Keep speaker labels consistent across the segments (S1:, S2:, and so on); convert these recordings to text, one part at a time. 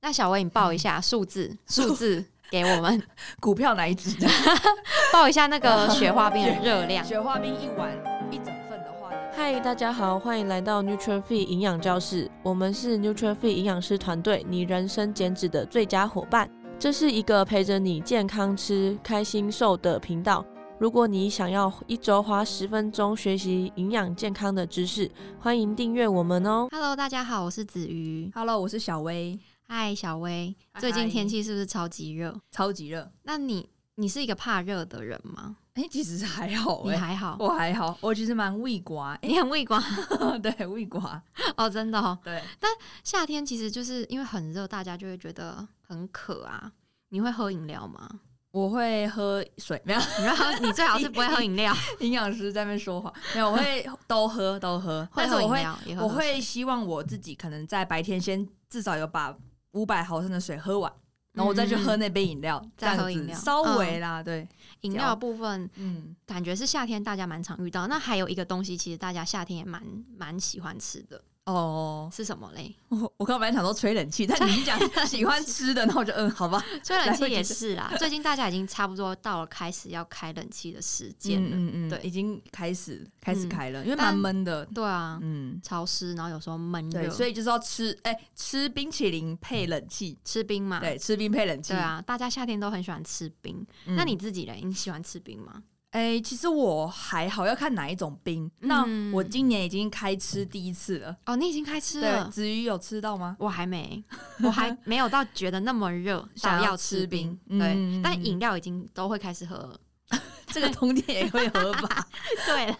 S1: 那小薇，你
S2: 嗯
S1: 报一下数字，数字给我们
S2: 股票哪一 只？
S1: 报一下那 个雪花冰的热量。
S2: 雪花冰一碗一整份的话，
S3: 嗨，大家好，欢迎来到 Nutrify 营养教室。我们是 Nutrify 营养师团队，你人生减脂的最佳伙伴。这是一个陪着你健康吃、开心瘦的频道。如果你想要一周花十分钟学习营养健康的知识，欢迎订阅我们哦。
S1: Hello，大家好，我是子瑜。
S2: Hello，我是小薇，
S1: 嗨，小薇，
S2: 啊嗨
S1: 最近天气是不是超级热？
S2: 超级热。
S1: 那你你是一个怕热的人吗？
S2: 哎、其实还好、
S1: 你
S2: 哎，
S1: 还好，
S2: 我还好，我其实蛮畏瓜，哎、
S1: 你很畏光
S2: 对，畏瓜，
S1: 哦，真的哦。
S2: 对，
S1: 夏天其实就是因为很热，大家就会觉得很渴啊。你会喝饮料吗？
S2: 我会喝水，没有
S1: 你会喝？你最好是不会喝饮料，
S2: 营养师在那边说话，没有，我会都喝都喝，
S1: 会
S2: 但是
S1: 喝
S2: 我
S1: 饮
S2: 会
S1: 料也喝
S2: 我
S1: 喝水
S2: 会希望我自己可能在白天先至少有把五百毫升的水喝完，然后我再去嗯喝那杯饮料，嗯这
S1: 再
S2: 样
S1: 喝饮
S2: 子
S1: 料
S2: 稍微啦，对，
S1: 饮料的部分
S2: 嗯，
S1: 感觉是夏天大家蛮常遇到。那还有一个东西，其实大家夏天也蛮蛮喜欢吃的，
S2: 哦，
S1: 是什么嘞？
S2: 我我刚本来想说吹冷气，但你一讲喜欢吃的，那我就嗯，好吧，
S1: 吹冷气
S2: 来
S1: 也是啦，最近大家已经差不多到了开始要开冷气的时间了。
S2: 嗯嗯，
S1: 对
S2: 已经开始开始
S1: 嗯
S2: 开了，因为
S1: 但
S2: 蛮闷的，
S1: 对啊，
S2: 嗯，
S1: 潮湿，然后有时候闷
S2: 对，嗯
S1: 热，
S2: 所
S1: 以
S2: 以就是要吃，哎、吃冰淇淋配冷气，
S1: 吃冰嘛。
S2: 嗯对，吃冰配冷气，
S1: 对，啊，大家夏天都很喜欢吃冰。
S2: 嗯
S1: 那你自己嘞，你喜欢吃冰吗？
S2: 哎、其实我还好，要看哪一种冰。那
S1: 嗯
S2: 我今年已经开吃第一次了。
S1: 哦，你已经开吃
S2: 对，
S1: 了。
S2: 子瑜有吃到 吗？
S1: 我还没，我还没有到觉得那么 热
S2: 想
S1: 到
S2: 要
S1: 要吃
S2: 吃
S1: 冰
S2: 冰，
S1: 对，
S2: 嗯
S1: 但饮料已经都会开始喝 了。
S2: 这个冬天也会喝吧？
S1: 对啦，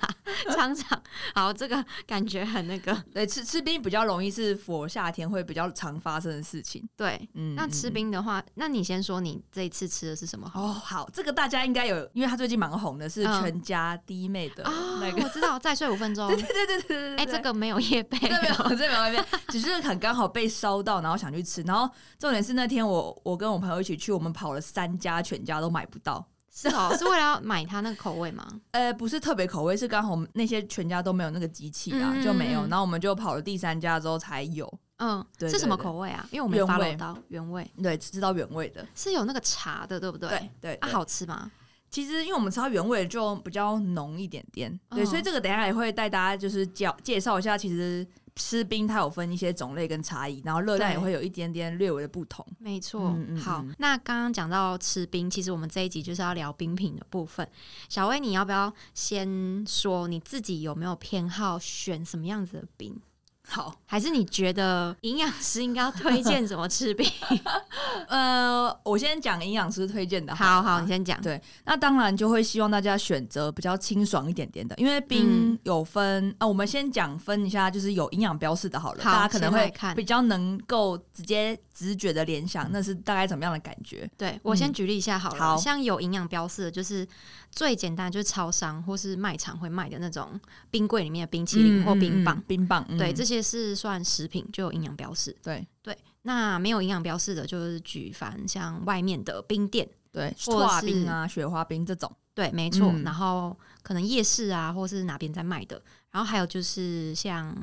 S1: 常常好，这个感觉很那个。
S2: 对，吃 吃冰比较容易是佛夏天会比较常发生的事情。
S1: 对，
S2: 嗯，
S1: 那吃
S2: 嗯
S1: 冰的话，那你先说你这一次吃的是什么好？
S2: 哦，好，这个大家应该有，因为他最近蛮红的，是
S1: 嗯
S2: 全家弟妹的
S1: 啊，
S2: 那个。
S1: 我知道，再睡五分钟
S2: 对。对对对对对对。
S1: 哎，
S2: 对
S1: 这个没有夜哦杯，
S2: 这没有，这没有，这没有，只是很刚好被烧到，然后想去吃。然后重点是那天我我跟我朋友一起去，我们跑了三家，全家都买不到。
S1: 是哦，是为了要买它那个口味吗？
S2: 呃，不是特别口味，是刚好我们那些全家都没有那个机器啊，
S1: 嗯
S2: 就没有。
S1: 嗯嗯
S2: 然后我们就跑了第三家之后才有，
S1: 嗯，
S2: 对
S1: 是什么
S2: 对对
S1: 口味啊？因为我没有
S2: 原
S1: follow
S2: 味
S1: 到原味，
S2: 对，吃到原味的。
S1: 是有那个茶的，对不对？
S2: 对对
S1: 啊，
S2: 对
S1: 好吃吗？
S2: 其实因为我们吃到原味就比较浓一点点，对，
S1: 嗯
S2: 所以这个等一下也会带大家就是教介绍一下，其实吃冰它有分一些种类跟差异，然后热量
S1: 对
S2: 也会有一点点略微的不同。
S1: 没错，
S2: 嗯嗯
S1: 好
S2: 嗯，
S1: 那刚刚讲到吃冰，其实我们这一集就是要聊冰品的部分。小薇，你要不要先说你自己有没有偏好选什么样子的冰？
S2: 好，
S1: 还是你觉得营养师应该要推荐怎么吃 冰？
S2: 呃，我先讲营养师推荐的
S1: 好
S2: 了
S1: 好，你先讲。
S2: 对那当然就会希望大家选择比较清爽一点点的，因为冰
S1: 嗯
S2: 有分、啊，我们先讲分一下，就是有营养标示的好了，
S1: 好
S2: 大家可能
S1: 先来
S2: 会
S1: 看
S2: 比较能够直接直觉的联想，那是大概怎么样的感觉？
S1: 对我先
S2: 嗯
S1: 举例一下好了，
S2: 好
S1: 像有营养标示的，就是最简单就是超商或是卖场会卖的那种冰柜里面的冰淇淋或冰棒，
S2: 嗯嗯冰棒，嗯
S1: 对，这些是算食品，就有营养标示。
S2: 对
S1: 对，那没有营养标示的，就是举凡像外面的冰店，
S2: 对，
S1: 或者
S2: 化
S1: 是
S2: 冰啊、雪花冰这种，
S1: 对，没错。
S2: 嗯
S1: 然后可能夜市啊，或是哪边在卖的。然后还有就是像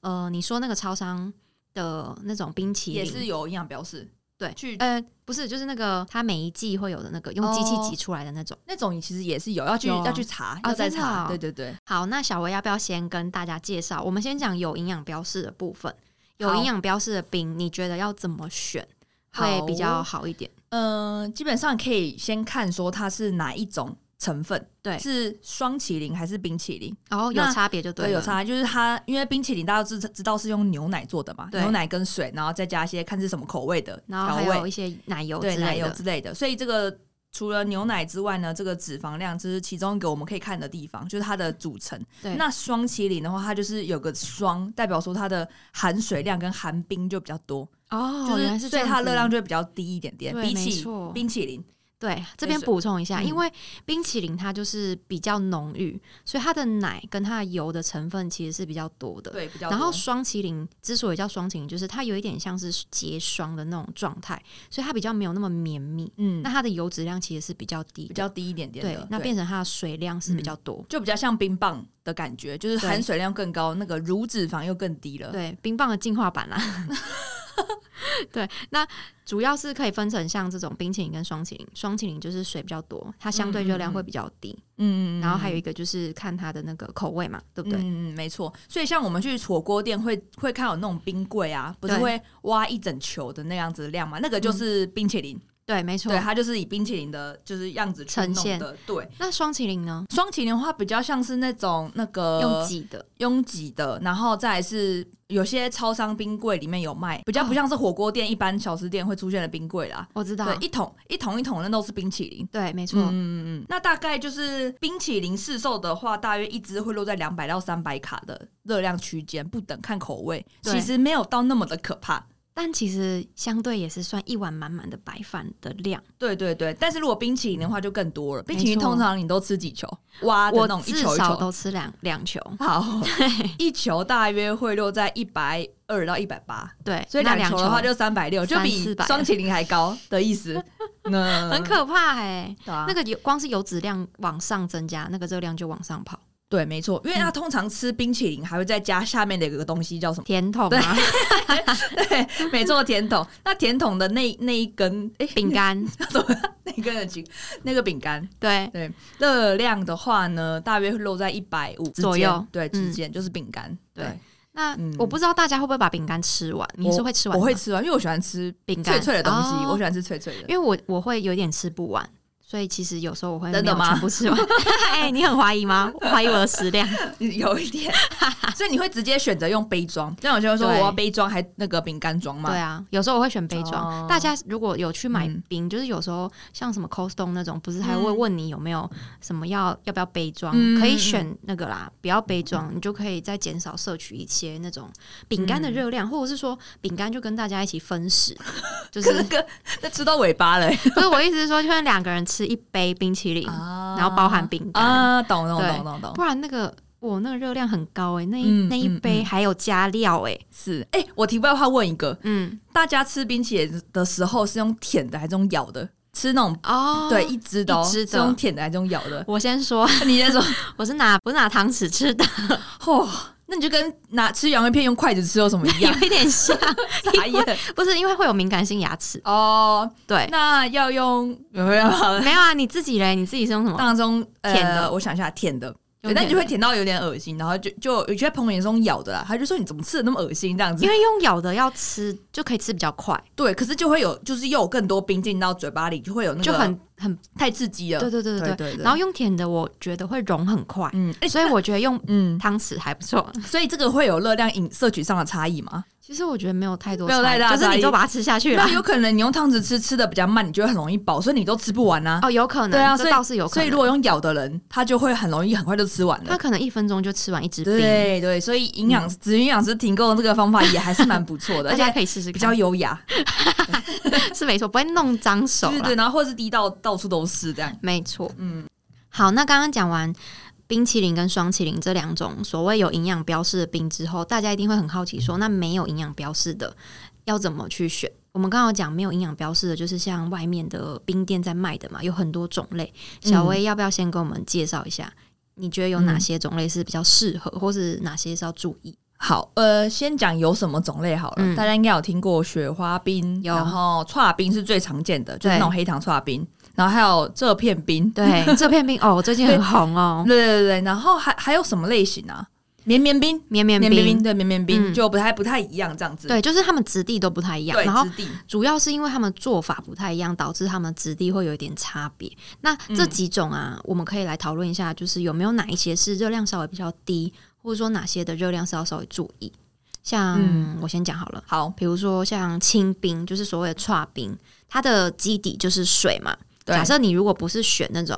S1: 呃，你说那个超商的那种冰淇淋，
S2: 也是有营养标示。
S1: 对
S2: 去、
S1: 呃，不是，就是那个它每一季会有的那个用机器
S2: 哦
S1: 挤出来的那种。
S2: 那种其实也是有要去
S1: 有啊
S2: 要去查，
S1: 哦
S2: 要再
S1: 真的
S2: 查，
S1: 哦
S2: 对对对，
S1: 好，那小维要不要先跟大家介绍？我们先讲有营养标示的部分。有
S2: 好
S1: 营养标示的冰，你觉得要怎么选会比较好一点？
S2: 嗯、呃基本上可以先看说它是哪一种成分，
S1: 对
S2: 是双麒麟还是冰淇淋？
S1: 然后有
S2: 那
S1: 差别就对
S2: 对，
S1: 了，
S2: 有差，就是它因为冰淇淋大家都知知道是用牛奶做的嘛，
S1: 对
S2: 牛奶跟水，然后再加一些看是什么口味的
S1: 然后
S2: 调
S1: 还有
S2: 味，
S1: 一些奶油之
S2: 对奶
S1: 类
S2: 油
S1: 的。
S2: 之类的，所以这个。除了牛奶之外呢，这个脂肪量这是其中一个我们可以看的地方，就是它的组成。
S1: 对，
S2: 那双麒麟的话，它就是有个双，代表说它的含水量跟含冰就比较多，
S1: 哦，
S2: 就
S1: 原来
S2: 是
S1: 是这
S2: 所
S1: 样
S2: 以它
S1: 子
S2: 热量就会比较低一点点，
S1: 对
S2: 比
S1: 没
S2: 起
S1: 错
S2: 冰淇淋。
S1: 对，这边
S2: 是
S1: 补充一下，
S2: 嗯
S1: 因为冰淇淋它就是比较浓郁，所以它的奶跟它的油的成分其实是比较多的。
S2: 对，比较
S1: 然后
S2: 多
S1: 双麒麟之所以叫双麒麟，就是它有一点像是结霜的那种状态，所以它比较没有那么绵密。
S2: 嗯
S1: 那它的油脂量其实是比较低的，
S2: 比较低一点点
S1: 对
S2: 的，，嗯
S1: 那变成它的水量是比较多。
S2: 就比较像冰棒的感觉，就是
S1: 对
S2: 嗯含水量更高，那个乳脂肪又更低了。
S1: 对，冰棒的进化版啦。啊对，那主要是可以分成像这种冰淇淋跟双淇淋，双淇淋就是水比较多，它相对热量会比较低。
S2: 嗯
S1: 然后还有一个就是看它的那个口味嘛，对不对？
S2: 嗯，没错。所以像我们去火锅店会会看有那种冰柜啊，不是
S1: 对
S2: 会挖一整球的那样子的量嘛？那个就是冰淇淋，
S1: 对，没错
S2: 对，。它就是以冰淇淋的就是样子去
S1: 呈
S2: 弄
S1: 现
S2: 的。对，
S1: 那双淇淋呢？
S2: 双淇淋的话比较像是那种那个
S1: 用挤的，
S2: 拥挤的，然后再来是有些超商冰柜里面有卖，
S1: 哦
S2: 比较不像是火锅店、一般小吃店会出现的冰柜啦。
S1: 我知道
S2: 对，，一桶一桶一桶那都是冰淇淋。
S1: 对，没错。
S2: 嗯嗯嗯，那大概就是冰淇淋市售的话，大约一支会落在两百到三百卡的热量区间，不等，看口味。
S1: 对
S2: 其实没有到那么的可怕。
S1: 但其实相对也是算一碗满满的白饭的量。
S2: 对对对，但是如果冰淇淋的话就更多了。冰淇淋
S1: 没错
S2: 通常你都吃几球？挖的
S1: 我
S2: 那种一
S1: 至
S2: 球一
S1: 少
S2: 球。
S1: 都吃两两球，
S2: 好，一球大约会落在一百二到一百八，
S1: 对，
S2: 所以
S1: 那
S2: 两球的话就三百六，就比
S1: 300
S2: 双淇淋还高的意思。那
S1: 很可怕哎、
S2: 对啊
S1: 那个油光是油脂量往上增加，那个热量就往上跑。
S2: 对，没错，因为
S1: 嗯
S2: 他通常吃冰淇淋还会再加下面的一个东西叫什么？
S1: 甜筒啊，
S2: 对，没错，甜筒。那甜筒的那那一根， 哎、
S1: 饼干，
S2: 那一根的几那个饼干，
S1: 对，
S2: 对，热量的话呢，大约会落在一百五
S1: 左右
S2: 对，
S1: 嗯
S2: 之间、就是饼干。对
S1: 对，那
S2: 嗯
S1: 我不知道大家会不会把饼干吃完，你是会吃完
S2: 我
S1: 吗？
S2: 会吃完，因为我喜欢吃
S1: 饼干
S2: 脆脆的东西，
S1: 哦
S2: 我喜欢吃脆脆的。
S1: 因为我我会有点吃不完，所以其实有时候我会
S2: 真
S1: 没
S2: 的
S1: 有
S2: 吗
S1: 全部吃完。 哎、你很怀疑吗？怀疑我的食量？
S2: 有一点， 所以你会直接选择用杯装。那有些人说我
S1: 对
S2: 要杯装还那个饼干装嘛？
S1: 对啊，有时候我会选杯装。
S2: 哦
S1: 大家如果有去买
S2: 嗯
S1: 冰，就是有时候像什么 Costco 那种，不是还会
S2: 嗯
S1: 问你有没有什么要要不要杯装，
S2: 嗯
S1: 可
S2: 嗯
S1: 以选那个啦，不要杯装，你就可以再减少摄取一些那种饼干的热
S2: 嗯
S1: 量，或者是说饼干就跟大家一起分 食，就
S2: 可是
S1: 是
S2: 那个那吃到尾巴了、欸，
S1: 不是我意思是说，就算两个人吃一杯冰淇淋，
S2: 啊
S1: 然后包含饼干，
S2: 啊，懂懂
S1: 对
S2: 懂懂懂，
S1: 不然那个我那个热量很高哎、那一、
S2: 嗯
S1: 那一杯
S2: 嗯嗯
S1: 还有加料哎、
S2: 是。哎、我题外话问一个，
S1: 嗯
S2: 大家吃冰淇淋的时候是用舔的还是用咬的？吃那种、
S1: 哦
S2: 对一只的,、哦、
S1: 一只的？
S2: 是用舔的还是用咬的
S1: 我先说，
S2: 你先说，
S1: 我是拿我是拿汤匙吃的，
S2: 哦，那你就跟拿吃洋芋片用筷子 吃有什么一
S1: 有
S2: 样？
S1: 一点像，
S2: 傻眼
S1: 不是因为会有敏感性牙齿，
S2: 哦，
S1: 对，
S2: 那要用有没有？
S1: 没有啊，你自己嘞，你自己是用什么？
S2: 当中
S1: 哦舔
S2: 呃，
S1: 的
S2: 我想一下，舔的。
S1: 用
S2: 对，但你就
S1: 舔的
S2: 会舔到有点恶心，然后就就有些朋友也是用咬的啦，他就说你怎么吃的那么恶心这样子
S1: 因。为用咬的要吃就可以吃比较快，
S2: 对，可是就会有就是又有更多冰进到嘴巴里，就会有那个
S1: 就很很
S2: 太刺激了。
S1: 对对对
S2: 对
S1: 对
S2: 对
S1: 对，然后用甜的我觉得会融很 快，
S2: 嗯，哎、
S1: 所以我觉得用
S2: 嗯，
S1: 汤匙还不 错。
S2: 所以这个会有热量饮摄取上的差异吗？
S1: 其实我觉得没有太多
S2: 没
S1: 差异，
S2: 有太大
S1: 就是
S2: 差异
S1: 你就把它吃下去了啊
S2: 那。有可能你用汤匙吃，吃的比较慢，你就会很容易饱，所以你都吃不完啊。
S1: 哦，有可能，
S2: 对啊
S1: 这
S2: 所以
S1: 倒是有可
S2: 所
S1: 能。
S2: 以如果用咬的人，他就会很容易很快就吃完
S1: 他
S2: 了。
S1: 可能一分钟就吃完一支冰，
S2: 对对，所以营养子营养师提供的这个方法也还是蛮不错 的，
S1: 大
S2: 而
S1: 家
S2: 且
S1: 可以试试
S2: 比较
S1: 看，
S2: 优雅。
S1: 是没错，不会弄脏手
S2: 对对
S1: 啦
S2: 对，，然后或者是滴到到处都是这样。
S1: 没错。
S2: 嗯，
S1: 好，那刚刚讲完冰淇淋跟双淇淋这两种所谓有营养标示的冰之后，大家一定会很好奇说，那没有营养标示的要怎么去选？我们刚刚有讲没有营养标示的，就是像外面的冰店在卖的嘛，有很多种类。小
S2: 嗯
S1: 薇要不要先跟我们介绍一下？你觉得有哪
S2: 嗯
S1: 些种类是比较适合，或是哪些是要注意？
S2: 好，呃，先讲有什么种类好了，
S1: 嗯
S2: 大家应该有听过雪花冰，
S1: 有
S2: 然后串冰是最常见的，就
S1: 对
S2: 是那种黑糖串冰，然后还有这片冰，
S1: 对，这片冰哦，最近很红哦
S2: 对，对对对，然后还还有什么类型啊？绵绵冰，
S1: 绵绵
S2: 绵
S1: 冰，
S2: 绵冰，对，绵绵冰
S1: 嗯
S2: 就不太不太一样这样子，
S1: 对，就是他们质地都不太一样，
S2: 对，
S1: 然后
S2: 质地
S1: 主要是因为他们做法不太一样，导致他们质地会有一点差别。那这
S2: 嗯
S1: 几种啊，我们可以来讨论一下，就是有没有哪一些是热量稍微比较低，或者说哪些的热量是要稍微注意。像、
S2: 嗯
S1: 我先讲好了，
S2: 好，
S1: 比如说像清冰，就是所谓的串冰，它的基底就是水嘛。
S2: 对
S1: 假设你如果不是选那种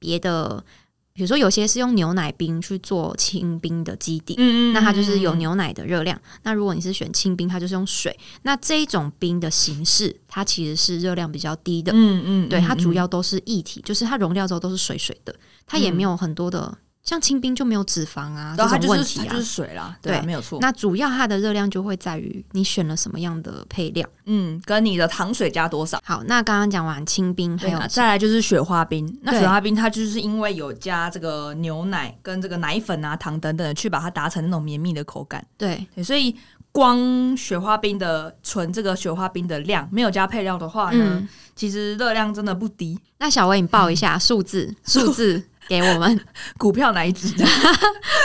S1: 别的，比如说有些是用牛奶冰去做清冰的基底，
S2: 嗯
S1: 那它就是有，牛奶的热量。那如果你是选清冰，它就是用水。那这一种冰的形式，它其实是热量比较低的，
S2: 嗯嗯
S1: 对，它主要都是液体，就是它融掉之后都是水水的，它也没有很多的，像清冰就没有脂肪啊
S2: 然后它
S1: 这种问
S2: 就是
S1: 题
S2: 它
S1: 啊
S2: 就。是水啦，对啊，
S1: 对
S2: 没有错，
S1: 那主要它的热量就会在于你选了什么样的配料。
S2: 嗯，跟你的糖水加多少？
S1: 好，那刚刚讲完清冰， 还
S2: 对
S1: 有
S2: 啊，再来就是雪花冰。那
S1: 对
S2: 雪花冰它就是因为有加这个牛奶跟这个奶粉啊、糖等等的，去把它达成那种绵密的口感。
S1: 对
S2: 对，所以光雪花冰的纯这个雪花冰的量，没有加配料的话呢，
S1: 嗯，
S2: 其实热量真的不低。
S1: 那小薇你报一
S2: 嗯
S1: 下数 字，数字给我们
S2: 股票哪一支？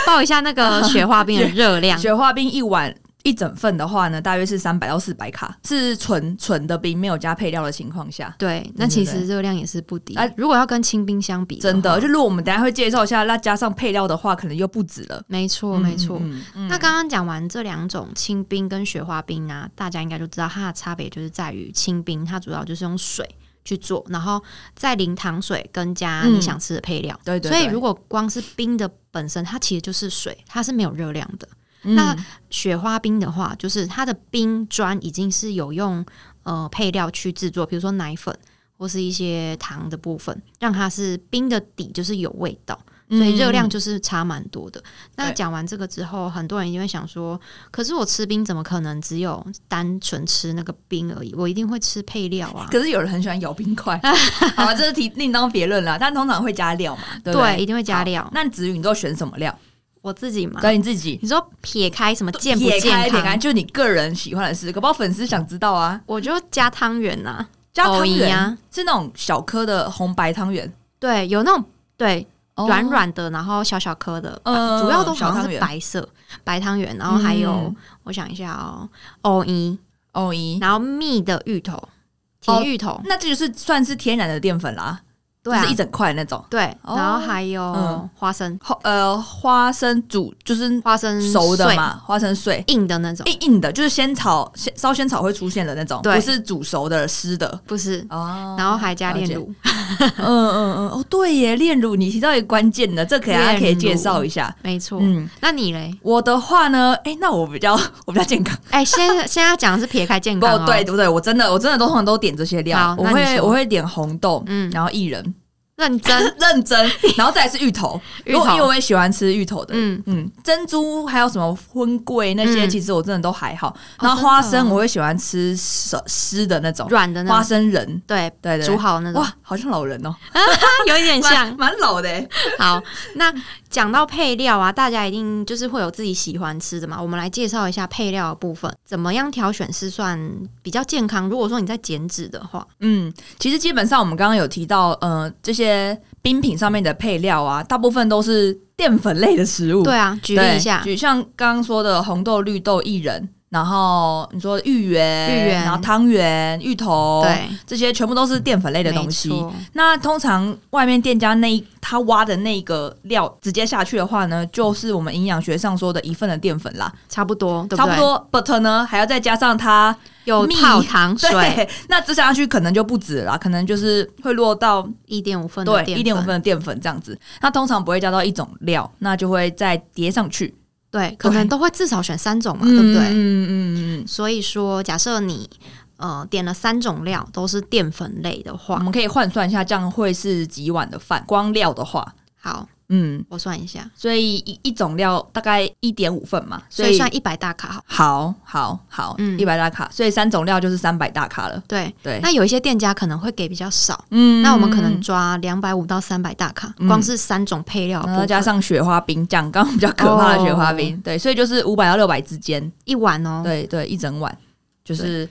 S1: 报一下那个雪花冰的热量。
S2: 雪花冰一碗一整份的话呢，大约是三百到四百卡，是纯纯的冰，没有加配料的情况下。
S1: 对，那其实热量也是不低
S2: 啊。
S1: 如果要跟清冰相比，
S2: 真的，
S1: 的话，
S2: 就如果我们等一下会介绍一下，那加上配料的话，可能又不止了。
S1: 没错哦没错。
S2: 嗯，嗯嗯
S1: 那刚刚讲完这两种清冰跟雪花冰啊，大家应该就知道它的差别就是在于清冰它主要就是用水去做，然后再淋糖水跟加
S2: 嗯
S1: 你想吃的配料。
S2: 对对对，
S1: 所以如果光是冰的本身，它其实就是水，它是没有热量的。
S2: 嗯
S1: 那雪花冰的话，就是它的冰砖已经是有用呃配料去制作，比如说奶粉或是一些糖的部分，让它是冰的底就是有味道。
S2: 嗯
S1: 所以热量就是差蛮多的。那
S2: 对
S1: 讲完这个之后，很多人一定会想说，可是我吃冰怎么可能只有单纯吃那个冰而已？我一定会吃配料 啊。
S2: 可是有人很喜欢咬 冰块，好啊吧，这是题另当别论啦。但通常会加料嘛，对不
S1: 对，
S2: 对？
S1: 一定会加料
S2: 好。那子宇，你都选什么料？
S1: 我自己嘛，
S2: 对你自己，
S1: 你说撇开什么健不
S2: 撇开
S1: 健
S2: 撇开，
S1: 康，
S2: 就你个人喜欢的事，搞不好粉丝想知道啊。
S1: 我就加汤圆呐。
S2: 加汤
S1: 藕泥
S2: 圆、
S1: 啊
S2: 是那种小颗的红白汤圆，
S1: 对，有那种对
S2: 哦
S1: 软，软的，然后小小颗的，呃
S2: 嗯
S1: 主要都
S2: 小
S1: 好像
S2: 汤
S1: 是
S2: 圆
S1: 白色白汤圆，然后还有
S2: 嗯
S1: 我想一下哦，藕泥，
S2: 藕泥。
S1: 然后蜜的芋头，
S2: 哦
S1: 甜芋头，
S2: 那这就是算是天然的淀粉啦，
S1: 对啊
S2: 就是一，整块那种。
S1: 对，哦
S2: 哦
S1: 然后还有
S2: 嗯
S1: 花生。
S2: 花呃，花生煮就是
S1: 花生
S2: 熟的
S1: 嗯碎
S2: 嘛，花生碎
S1: 硬的那种，
S2: 硬硬的，就是仙草仙烧仙草会出现的那种，
S1: 对
S2: 不是煮熟的湿的
S1: 不是。
S2: 哦
S1: 然后还加炼
S2: 了解
S1: 乳，
S2: 嗯嗯嗯，哦，对耶，炼乳，你提到一个关键的，这可以大家可以介绍一下。
S1: 没错。
S2: 嗯，
S1: 那你嘞？
S2: 我的话呢，哎，那我比较 我比较健康，
S1: 哎，现 在现在要讲的是撇开健
S2: 不
S1: 康哦，
S2: 对，对不对？我真的我真的都通常都点这些料
S1: 好，
S2: 我
S1: 那你
S2: 会
S1: 说
S2: 我会点红豆，
S1: 嗯
S2: 然后薏仁，
S1: 认真
S2: 认真，然后再来是芋头，
S1: 芋
S2: 因为我因为
S1: 头，
S2: 我也喜欢吃芋头的。
S1: 嗯，
S2: 嗯，珍珠还有什么荤桂那些，
S1: 嗯
S2: 其实我真的都还好。
S1: 哦
S2: 然后花
S1: 真
S2: 生
S1: 的哦
S2: 我会喜欢吃湿湿的那种
S1: 软的那
S2: 花
S1: 种，
S2: 生仁，
S1: 对，
S2: 对对
S1: 煮好那种，
S2: 哇，好像老人哦，
S1: 有一点
S2: 蛮
S1: 啊像。
S2: 蛮老的欸。
S1: 好，那讲到配料啊，大家一定就是会有自己喜欢吃的嘛。我们来介绍一下配料的部分，怎么样挑选是算比较健康？如果说你在减脂的话，
S2: 嗯，其实基本上我们刚刚有提到，呃，这些冰品上面的配料啊，大部分都是淀粉类的食物。
S1: 对啊，举
S2: 嗯对，
S1: 例一下，
S2: 举像刚刚说的红豆、绿豆、薏仁，然后你说芋圆、
S1: 芋圆
S2: 然后汤圆、芋头，，
S1: 对，
S2: 这些全部都是淀粉类的东西
S1: 没。错
S2: 那通常外面店家那一他挖的那个料直接下去的话呢，就是我们营养学上说的一份的淀粉啦，
S1: 差不多，对不对
S2: 差不多。But 呢，还要再加上它
S1: 有
S2: 蜜
S1: 泡糖水，
S2: 对，那吃下去可能就不止了啦，可能就是会落到
S1: 一点五份的
S2: 对
S1: 淀
S2: 一点五
S1: 粉
S2: 份的淀粉这样子。那通常不会加到一种料，那就会再叠上去，
S1: 对，可
S2: 对
S1: 能都会至少选三种嘛，对不
S2: 嗯
S1: 对？
S2: 嗯嗯嗯。
S1: 所以说，假设你呃点了三种料都是淀粉类的
S2: 我
S1: 话，
S2: 们可以换算一下，这样会是几碗的饭？光料的话，
S1: 好，
S2: 嗯，
S1: 我算一下，
S2: 所以一一种料大概一点五份嘛，
S1: 所以算一百大卡好。
S2: 好好好，
S1: 嗯
S2: 一百大卡，所以三种料就是三百大卡了。
S1: 对，
S2: 对，
S1: 那有一些店家可能会给比较少，
S2: 嗯
S1: 那我们可能抓两百五到三百大卡，
S2: 嗯
S1: 光是三种配料的部
S2: 然
S1: 分
S2: 后加上雪花冰酱，刚刚比较可怕的雪花
S1: 哦
S2: 冰，对，所以就是五百到六百之间。
S1: 一碗哦。
S2: 对对，一整晚就是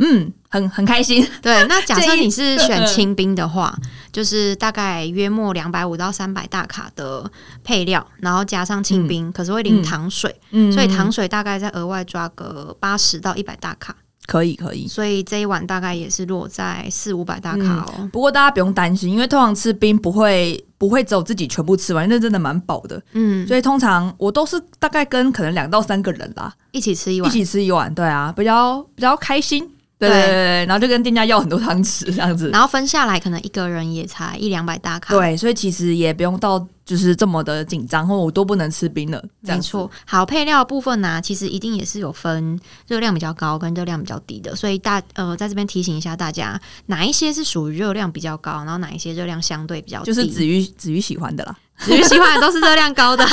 S2: 嗯，很很开心。
S1: 对，那假设
S2: 建议
S1: 你是选清冰的话，就是大概约莫两百五到三百大卡的配料，然后加上清冰，可是会淋
S2: 嗯
S1: 糖水。
S2: 嗯
S1: 所以糖水大概再额外抓个八十到一百大卡，
S2: 可以可以。
S1: 所以这一碗大概也是落在四五百大卡哦。
S2: 不过大家不用担心，因为通常吃冰不会不会只有自己全部吃完，因为那真的蛮饱的。
S1: 嗯，
S2: 所以通常我都是大概跟可能两到三个人啦，
S1: 一起吃一
S2: 一
S1: 碗，
S2: 起吃一碗，对啊，比较比较开心。对
S1: 对
S2: 对对对，然后就跟店家要很多汤匙这样子。
S1: 然后分下来可能一个人也才一两百大卡。，
S2: 对，所以其实也不用到就是这么的紧张，或我都不能吃冰了。这
S1: 没
S2: 样子
S1: 错，。好，配料的部分呢、其实一定也是有分热量比较高跟热量比较低的，所以大呃在这边提醒一下大家，哪一些是属于热量比较高，然后哪一些热量相对比较低。
S2: 就是子瑜子瑜喜欢的啦。
S1: 子瑜喜欢的都是热量高 的。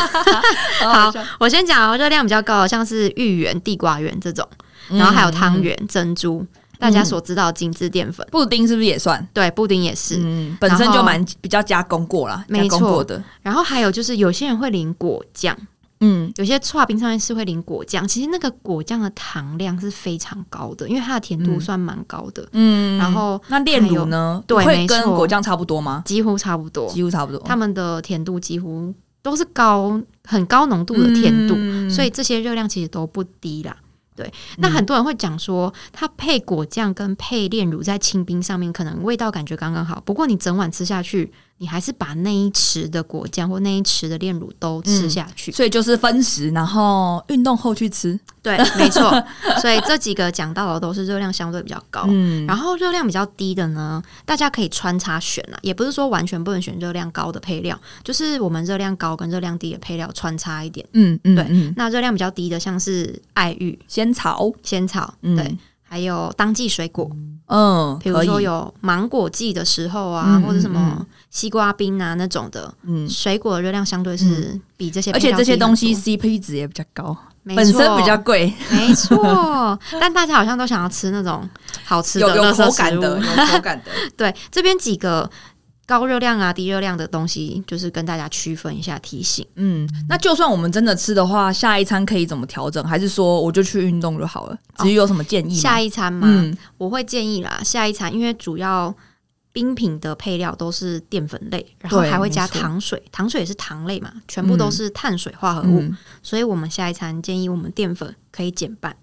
S1: 好
S2: 好，
S1: 我先讲哦，热量比较高的像是芋圆、地瓜圆这种，然后还有汤圆、珍珠，大家所知道的精致淀粉。
S2: 布丁是不是也算？
S1: 对，布丁也是。
S2: 嗯，本身就蛮比较加工过啦，
S1: 没
S2: 加
S1: 错
S2: 工过的，
S1: 然后还有就是，有些人会淋果酱，
S2: 嗯，
S1: 有些刨冰上面是会淋果酱，其实那个果酱的糖量是非常高的，因为它的甜度
S2: 嗯
S1: 算蛮高的，
S2: 嗯
S1: 然后
S2: 那炼乳呢？
S1: 还有对
S2: 会
S1: 没
S2: 跟
S1: 错嗯
S2: 果酱差不多吗？
S1: 几乎差不多，
S2: 几乎差不多。
S1: 它们的甜度几乎都是高很高浓度的甜度，
S2: 嗯
S1: 所以这些热量其实都不低啦。那
S2: 嗯
S1: 很多人会讲说，它配果酱跟配炼乳在清冰上面，可能味道感觉刚刚好。不过你整碗吃下去，你还是把那一匙的果酱或那一匙的炼乳都吃
S2: 嗯
S1: 下去。
S2: 所以就是分食，然后运动后去吃。
S1: 对，没错。所以这几个讲到的都是热量相对比较高。
S2: 嗯
S1: 然
S2: 后
S1: 后热量比较低的呢，大家可以穿插选啦，也不是说完全不能选热量高的配料，就是我们热量高跟热量低的配料穿插一点。
S2: 嗯嗯
S1: 对
S2: 嗯，
S1: 那热量比较低的，像是爱玉、
S2: 仙草，
S1: 仙草，
S2: 嗯
S1: 对，还有当季水果，
S2: 嗯，
S1: 比如说
S2: 可以，
S1: 有芒果季的时候啊，
S2: 嗯
S1: 或者什
S2: 嗯
S1: 么西瓜冰啊那种的，
S2: 嗯，
S1: 水果的热量相对是比这些
S2: 而
S1: 配
S2: 且
S1: 料
S2: 这
S1: 低
S2: 些
S1: 很多，
S2: 东西 CP 值也比较高，
S1: 没
S2: 本身
S1: 错
S2: 比较贵，
S1: 没错，但大家好像都想要吃那种好吃的
S2: 有有
S1: 垃圾
S2: 口
S1: 食
S2: 感的，
S1: 物
S2: 有口感 的。
S1: 对，这边几个高热量啊、低热量的东西，就是跟大家区分一下提醒。
S2: 嗯，那就算我们真的吃的话，下一餐可以怎么调整？还是说我就去运动就好了？
S1: 哦
S2: 至于有什么建议吗？
S1: 下一餐嘛，
S2: 嗯
S1: 我会建议啦，下一餐因为主要冰品的配料都是淀粉类，然后
S2: 对
S1: 还会加
S2: 没错
S1: 糖水，糖水也是糖类嘛，全部都
S2: 嗯
S1: 是碳水化合物，
S2: 嗯
S1: 所以我们下一餐建议我们淀粉可以减半，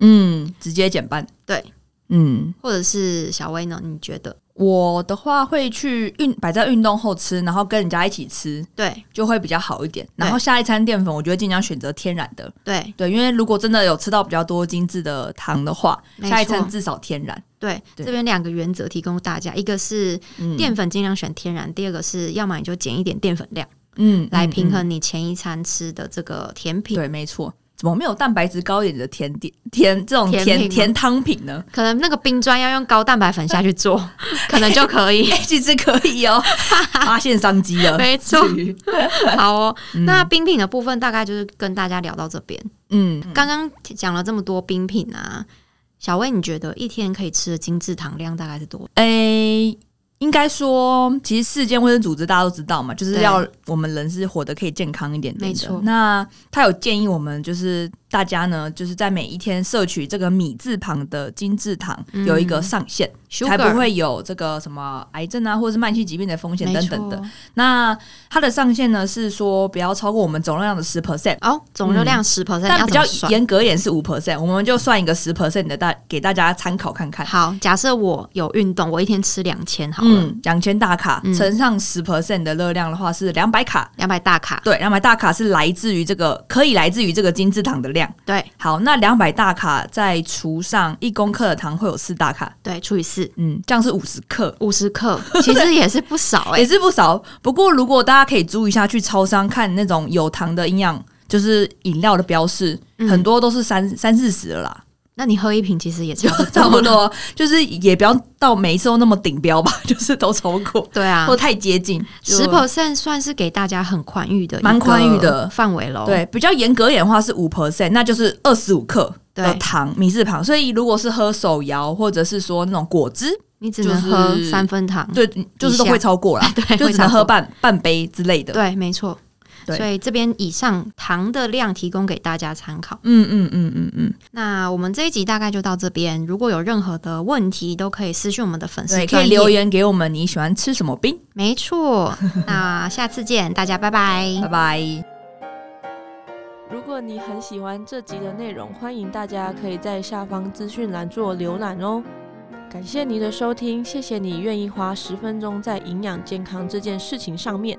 S2: 嗯，直接减半。
S1: 对，
S2: 嗯，
S1: 或者是小薇呢？你觉得？
S2: 我的话会去运摆在运动后吃，然后跟人家一起吃，
S1: 对
S2: 就会比较好一点。然后下一餐淀粉，我觉得尽量选择天然的，
S1: 对
S2: 对，因为如果真的有吃到比较多精致的糖的话，
S1: 没
S2: 下一餐
S1: 错
S2: 至少天然。
S1: 对，
S2: 对
S1: 这边两个原则提供大家，一个是
S2: 嗯
S1: 淀粉尽量选天然，第二个是要么你就减一点淀粉量。
S2: 嗯
S1: 来平
S2: 嗯
S1: 衡你前一餐吃的这个甜
S2: 嗯
S1: 品。
S2: 对，没错。怎么没有蛋白质高一点的甜点甜这种
S1: 甜品
S2: 甜
S1: 吗
S2: 甜汤品呢？
S1: 可能那个冰砖要用高蛋白粉下去做， 可能就可以。
S2: 哎其实可 以哦，发现商机了。
S1: 没错
S2: 至于
S1: 好哦，
S2: 嗯
S1: 那冰品的部分大概就是跟大家聊到这边。
S2: 嗯，
S1: 刚刚讲了这么多冰品啊，小薇，你觉得一天可以吃的精致糖量大概是多？
S2: 诶、哎应该说，其实世界卫生组织大家都知道嘛，就是
S1: 对
S2: 要我们人是活得可以健康一点点
S1: 没
S2: 的
S1: 错。
S2: 那他有建议我们，就是大家呢，就是在每一天摄取这个米字旁的精制糖
S1: 嗯
S2: 有一个上限，才
S1: Sugar
S2: 不会有这个什么癌症啊，或者是慢性疾病的风险
S1: 没
S2: 等
S1: 错
S2: 等的。那它的上限呢是说不要超过我们总热量的十 percent。
S1: 哦，总热量十 percent，
S2: 嗯但
S1: 要
S2: 比
S1: 怎
S2: 较
S1: 么算？
S2: 严格一点是五 percent，我们就算一个十 percent 的大给大家参考看看。
S1: 好，啊假设我有运动，我一天吃两千好了，
S2: 嗯，两千大卡、
S1: 嗯
S2: 乘上十 percent 的热量的话是两百卡。
S1: 两百大卡，
S2: 对，两百大卡是来自于这个，可以来自于这个精制糖的量。
S1: 对
S2: 好，那两百大卡再除上一公克的糖会有四大卡，
S1: 对，除以四，
S2: 嗯，这样是五十克，
S1: 五十克，其实也是不 少哎、
S2: 也是不少。不过如果大家可以注意一下，去超商看那种有糖的营养，就是饮料的标示，
S1: 嗯
S2: 很多都是三三四十了啦，
S1: 那你喝一瓶其实 也差不多，
S2: 差不。多，就是也不要到每一次都那么顶标吧， 就是都超过
S1: 对啊，
S2: 或太接近，就
S1: 十 percent 算是给大家很宽裕的一个
S2: 蛮宽裕的
S1: 范围喽。
S2: 对，比较严格一点的话是五 percent，那就是二十五克的
S1: 对，
S2: 糖，米字旁。所以如果是喝手摇或者是说那种果汁，
S1: 你只能
S2: 就
S1: 喝
S2: 是
S1: 三分糖，
S2: 对，就是都
S1: 嗯以下，
S2: 会超过啦
S1: 对，
S2: 就
S1: 会
S2: 只能
S1: 超
S2: 喝
S1: 过。
S2: 半半杯之类的。
S1: 对，没错。
S2: 对
S1: 所以这边以上糖的量提供给大家参考。
S2: 嗯嗯嗯嗯嗯，
S1: 那我们这一集大概就到这边，如果有任何的问题，都可以私讯我们的粉丝
S2: 对，
S1: 专
S2: 可以
S1: 页
S2: 留。言给我们你喜欢吃什么冰，
S1: 没错，那下次见，大家拜拜
S2: 拜。拜。
S3: 如果你很喜欢这集的内容，欢迎大家可以在下方资讯栏做浏览哦。感谢你的收听，谢谢你愿意花十分钟在营养健康这件事情上面。